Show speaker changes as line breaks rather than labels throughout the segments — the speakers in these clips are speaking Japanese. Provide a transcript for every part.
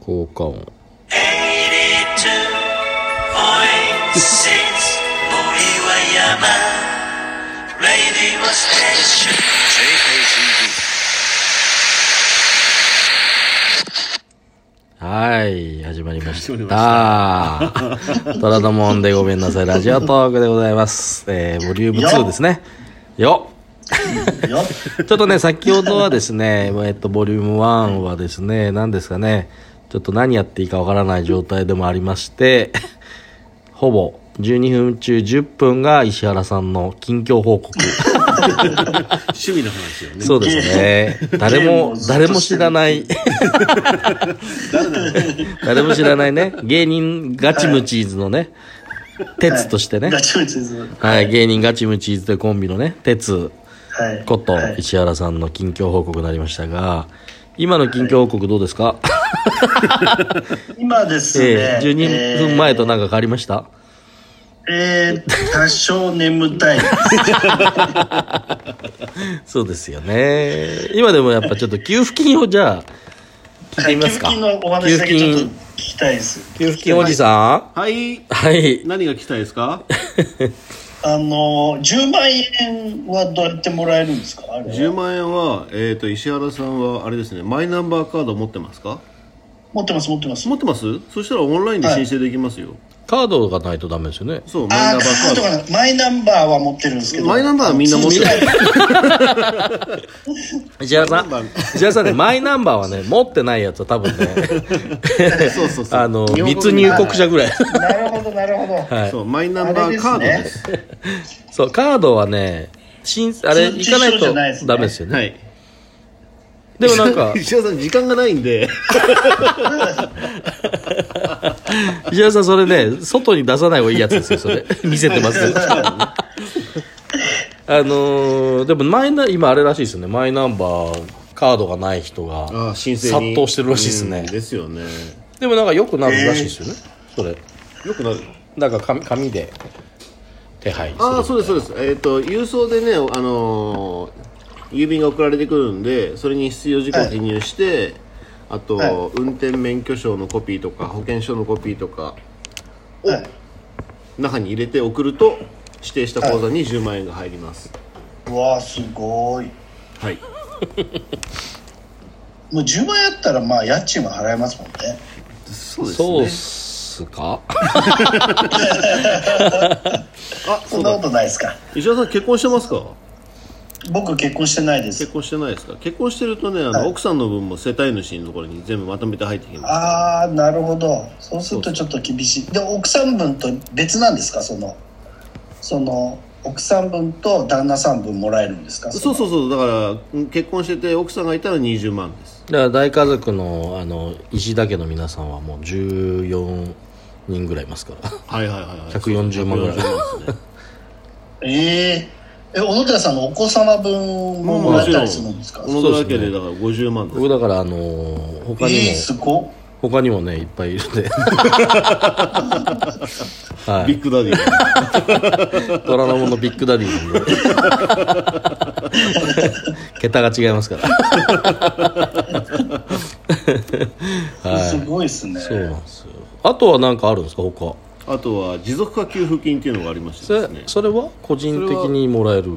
効果音
82.6 모리와야마 라디오 스테이션 JACB
はい始まりました
始ま り
トラドモンでごめんなさいラジオトークでございますえー、ボリューム2ですねよ
よ
っちょっとね先ほどはですねえっとボリューム1はですね何ですかねちょっと何やっていいかわからない状態でもありましてほぼ12分中10分が石原さんの近況報告
趣味の話よね。
そうですね。誰
ゲーム
も
を、ずっと
誰も知らない、誰も知らないね、芸人ガチムチーズのね、鉄としてね、
ガチムチです
はい、芸人ガチムチーズというコンビのね、鉄
はい
こと
はい
石原さんの近況報告になりましたが、今の近況報告どうですか、
今です
え
ね
ー、?12 分前となんか変わりました、
えーえー多少眠たいです
そうですよね。今でもやっぱちょっと給付金をじゃあ、聞いてみますか。
はい給付金のお話だけちょっと聞
金、
きたいです
給付金おじさ
はい。
んはい。
何が来たいですか
あの10万円はどうやってもらえるんですかあれは
?10 万円は、えっ、と、石原さんは、あれですね、マイナンバーカード持ってますか
持ってます持ってます
持ってますそしたらオンラインで申請できますよ。
カードがないとダメですよね。
そう、マイナ
あー
ンバー
カード
カー
がマイナンバーは持ってるんですけ
ド。
ど
マイナンバーはみんな持ってる。
石原さん、石原さんね、マイナンバーはね、持ってないやつは多 分ね、
そうそうそう。
あの、密入国者ぐらい。
なるほどなるほど、
はい
そう、マイナンバーカードです。
す、
そう、カードはね、申あれ、
通
行
知
かない
書じゃ
と
ないですね
ダメですよね。
はい。、
でもなん か
石原さん時間がないんで、
石原さんそれね、外に出さない方がいいやつですよ、そ れ。見せてますけど。あのーでもマイナ、今あれらしいですよね、マイナンバー、カードがない人
あ
が
ー申請
殺
に
到してるらしいです
うん
ね。
ですよね。
でもなんか良くなるらしいですよね、それ。
よくなる。
なんか紙紙で手配する
ああそうですそうですえっ、と郵送でねあのー郵便が送られてくるんでそれに必要事項を記入して、あと、
はい
運転免許証のコピーとか保険証のコピーとか
はい
中に入れて送ると指定した口座に10万円が入ります
うわーすごい
はい
もう10万円あったらまあ家賃も払えますもんね
そうです
そうっ
ね
すか
あ
そ
そ
ん
う
な
だ
ことないですか
石田さん結婚してますか
僕結婚してないで
結
す
婚してないですか結婚してるとねあの、奥さんの分も世帯主のところに全部まとめて入ってきます
ああなるほどそうするとちょっと厳しいで奥さん分と別なんですかそのその奥さん分と旦那さん分もらえるんですか
そう
う
そうそうだからうん結婚してて奥さんがいたら20万です
だから大家族のあの石田家の皆さんはもう14人ぐらいいますから
はいはいはい、はい、
140万ぐらい
140万ですね
えええ小野寺さんのお子様分ももらえたりするんですか、
小野寺家でだから50万です
僕だからあのー他に
ええ
も
すご
他にもねいっぱいい るんでは
ビ
い
ッグダディが
虎ノ門のビッグダディなんで 桁が違いますから
っ、すごいですね
そうなんですよあとは何かあるんですか他
あとは持続化給付金っていうのがありまし
そ
てで
れ
すね
それは個人的にもらえる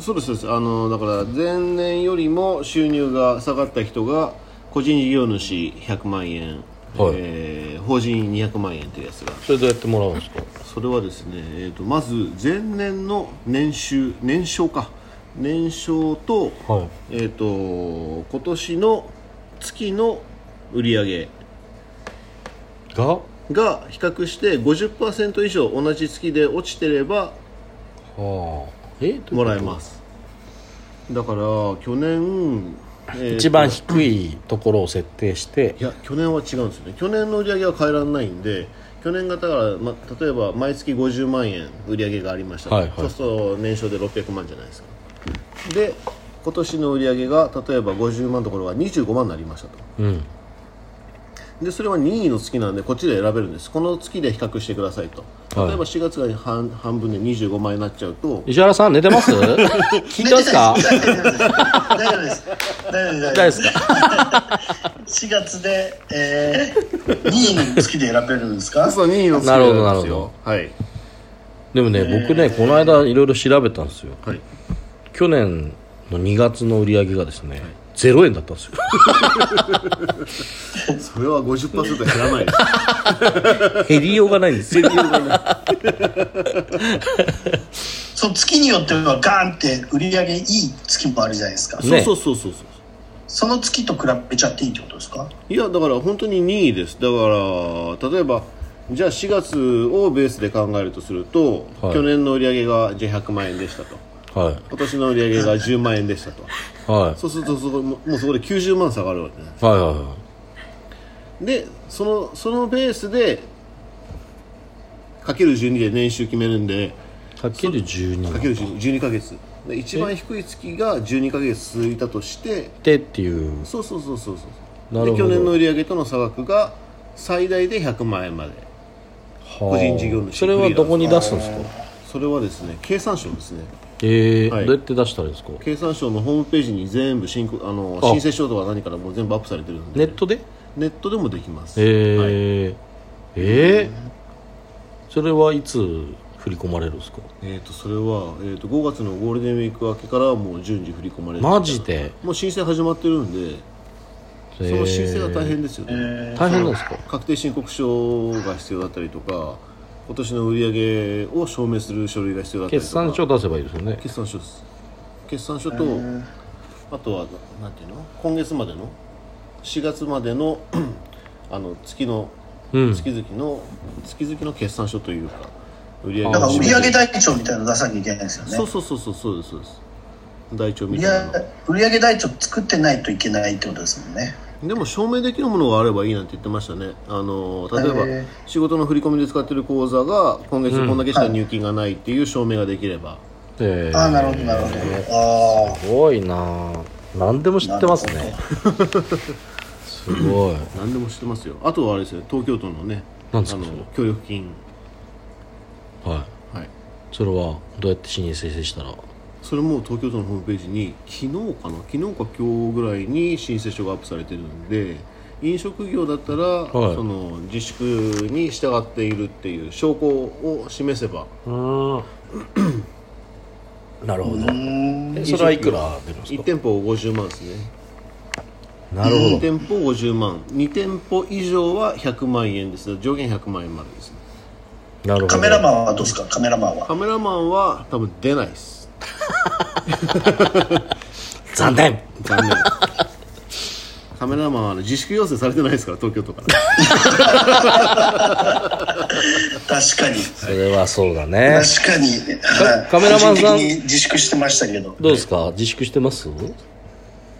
そうですそうですあのだから前年よりも収入が下がった人が個人事業主100万円、
はい
えー法人200万円というやつが
それどうやってもらうんですか
それはですね、えー、とまず前年の年収年商か年商と,、
はい
えー、と今年の月の売り上げ
が
が比較して50%以上同じ月で落ちてれば
はあえ
もらえますだから去年、えー
一番低いところを設定して
いや去年は違うんですよね去年の売り上げは変えられないんで去年がだから、ま、例えば毎月50万円売り上げがありました、
はいはい
そうすると年商で600万じゃないですかで今年の売り上げが例えば50万のところが25万になりましたと
うん
でそれは任意の月なんでこっちで選べるんですこの月で比較してくださいと
はい
例えば4月が半半分で25万円になっちゃうと
石原さん寝てます 聞いてますか
大丈夫です大丈夫です大丈夫です
大丈夫ですか
4月で、えー、2位につきで選べるんですか
そう、2位の
なるほどなるほど
はい。
でもね、僕ねこの間いろいろ調べたんですよ
はい。
去年の2月の売り上げがですね、0円だったんですよ
それは50%減らないです。
減りようがないんですよ
そう月によってはガーンって売り上げいい月もあるじゃないですか
ね
そうそうそうそうそう。
その月と比べちゃっていいってことですか
いやだから本当に2位ですだから例えばじゃあ4月をベースで考えるとすると、
はい
去年の売り上げがじゃあ100万円でしたと
は
今年の売り上げが10万円でしたと
いはい
そうするとそこもうもうそこで90万下がるわけね
はいはいは
でそのそのベースでかける12で年収決めるんで
いかける12
かける12 12ヶ月で一番低い月が12ヶ月続いたとして
でっていう
そうそうそうそうそう
なるほど
で去年の売り上げとの差額が最大で100万円まで
個
人事業主
それはどこに出すんですか
それはですね経産省ですね
えー
はい
どうやって出したらいいんですか
経産省のホームページに全部申告あの
あ
申請書とか何からもう全部アップされてるんで
ネットで
ネットでもできます
え
はい
ーえーそれはいつ振り込まれるんですか
えー、とそれは、えー、と5月のゴールデンウィーク明けからもう順次振り込まれる
マジで
もう申請始まってるんでその申請は大変ですよね、
大変なんですか
確定申告書が必要だったりとか今年の売り上げを証明する書類が必要だったりと
決
か
算書出せばいいですよね
決算書です決算書と、あとはなんていうの今月までの4月までの あの月の、
うん
月々の月々の決算書というか売上
あ
だから売
り
上台帳みたいなの出さなきゃいけないですよね
そうそうそうそうそうですそうです台帳
売
み
り
たいな
上売上台帳作ってないといけないってことですもんね
でも証明できるものがあればいいなんて言ってましたねあの例
へ
え
え
ば仕事の振り込みで使ってる口座が今月こんだけしか入金がないっていう証明ができれば、
えー
ああなるほどなるほどああ
すごいなあ何でも知ってますねすごい
何でも知ってますよあとはあれですよ東京都のねあ
なん
の
ですかそれ
協力金
はい
はい
それはどうやって新入生成したら
それも東京都のホームページに昨日かな昨日か今日ぐらいに申請書がアップされてるんで飲食業だったら、
はい
その自粛に従っているっていう証拠を示せば
なるほどえ
そ
それはい
れは
い
く
く
ら
ら出るんです
1
か
店舗50万ですね
なる
1店舗50万2店舗以上は100万円です上限100万円までですね
どなるほど
カメラマンはどうですかカメラマンは
カメラマンは多分出ないです
残念
残 念カメラマンはあの自粛要請されてないですから東京都から
確かに
それはそうだね
確かにはい
カメラマンさん
個人的に自粛してましたけど
どうですか自粛してます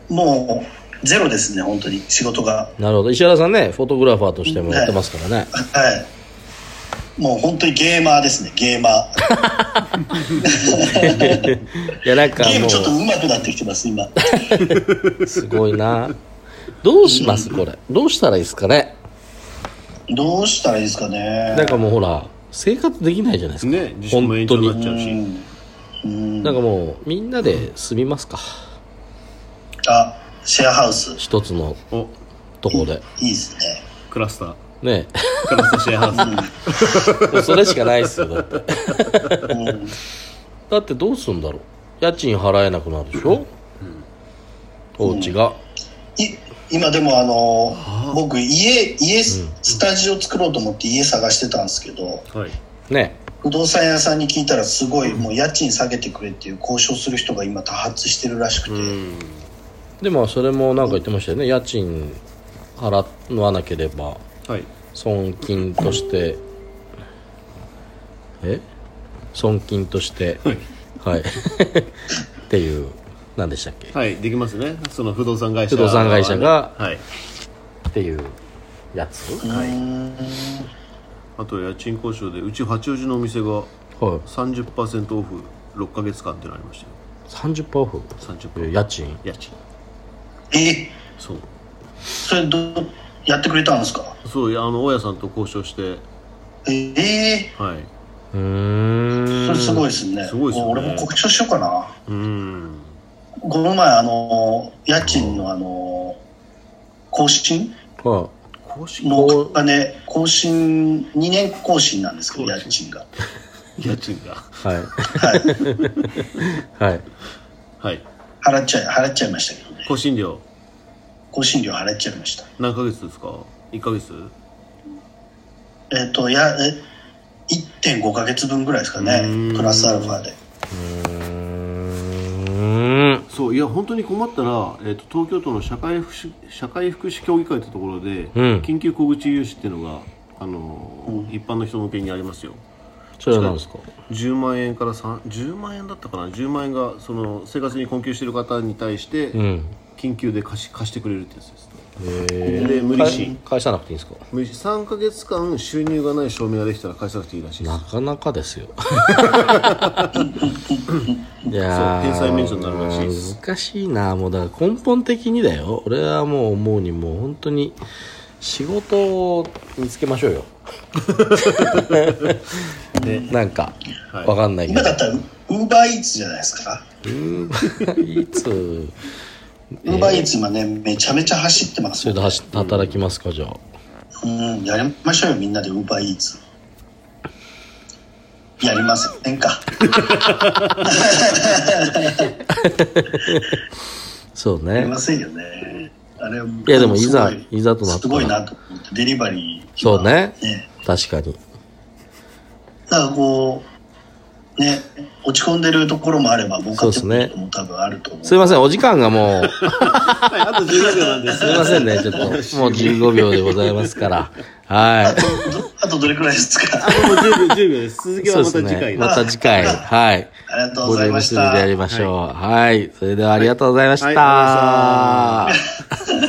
もうゼロですね本当に仕事が
なるほど石原さんねフォトグラファーとしてもやってますからね
はいもう本当にゲーマーですねゲーマー
いやなんか
ゲームちょっと
も
上手くなってきてます今
うすごいなどうしますこれどうしたらいいですかね
どうしたらいいですかね
なんかもうほら生活できないじゃないですか
ね自粛も延長になっちゃうし、
うん
なんかもうみんなで住みますか
あシェアハウス
一つの
お
とこで
いいですね
クラスター
ね
クラスターシェアハウス
えそれしかないっすよだって
うん
だってどうすんだろう家賃払えなくなるでしょ、お家が、
い今でもあの僕家家スタジオ作ろうと思って家探してたんですけど
はい、
ね
不動産屋さんに聞いたらすごいもう家賃下げてくれっていう交渉する人が今多発してるらしくて、
でもそれもなんか言ってましたよね家賃払わなければ
はい、
損金としてえ損金としてはいっていう何でしたっけ
はい、できますねその不動産会社
不動産会社が
はい、
っていうやつはい、
あと家賃交渉でうち八王子のお店が30%オフ6ヶ月間ってのありましたよ
30%オフ
30%
家賃
家賃
え
そう
それどやってくれたんですか
そういやあの大家さんと交渉して
ええ
はい、
うーん
それすごいですね。
すごいですよね
俺も告知をしようかな。
うーん
この前、あの、家賃のあの、更新
は
更新
もうお金更新2年更新なんですけど
更
家
新
賃が
家賃が
いはい、はい、
はい
払っちゃい払っちゃいましたけどね
更新料
更新料払っちゃいました
何ヶ月ですか1ヶ月
えっ、といやえ1.5か月分ぐらいですかねプラスアルファで
うーん
そういや本当に困ったら、えー、と東京都の社会福祉社会福祉協議会というところで、
うん
緊急小口融資っていうのが、あのー一般の人向けにありますよ
それは何ですか
10万円から3 10万円だったかな10万円がその生活に困窮している方に対して、
うん
緊急で貸し貸してくれるってやつです、
え
で無利子
返さなくていいんですか
無利子3か月間収入がない証明ができたら返さなくていいらしいです
なかなか ですよい
そう返済免除になるらしいです
難しいなもうだから根本的にだよ俺はもう思うにもう本当に仕事を見つけましょ うよなんか、
はい
わかんないけど
今だったらウーバーイーツじゃないですか
いつ
ウーバーイーツ今ねめちゃめちゃ走ってます
それで走って働きますか、じゃあ
うんやりましょうよみんなでウーバーイーツやりませんか
そう
やり
ね
ませんよねあれい
やでもいざいざとなったら
すごいなと思ってデリバリー
そうね
ね
確かに
なんかこうね落ち込んでるところもあれば僕
そう
は
ですね
も多分あると思う
すいませんお時間がもう
はいあと10秒なんです
すいませんね ちょっともう15秒でございますからはい
あとどれくらいですか
あと10秒10秒です続きはまた次
そうです
回
ね、また次回はい
ありがとうございまし
ゴールデンウィーク
た
でやりましょうはい、それではありがとうございました、
はいありがとうございました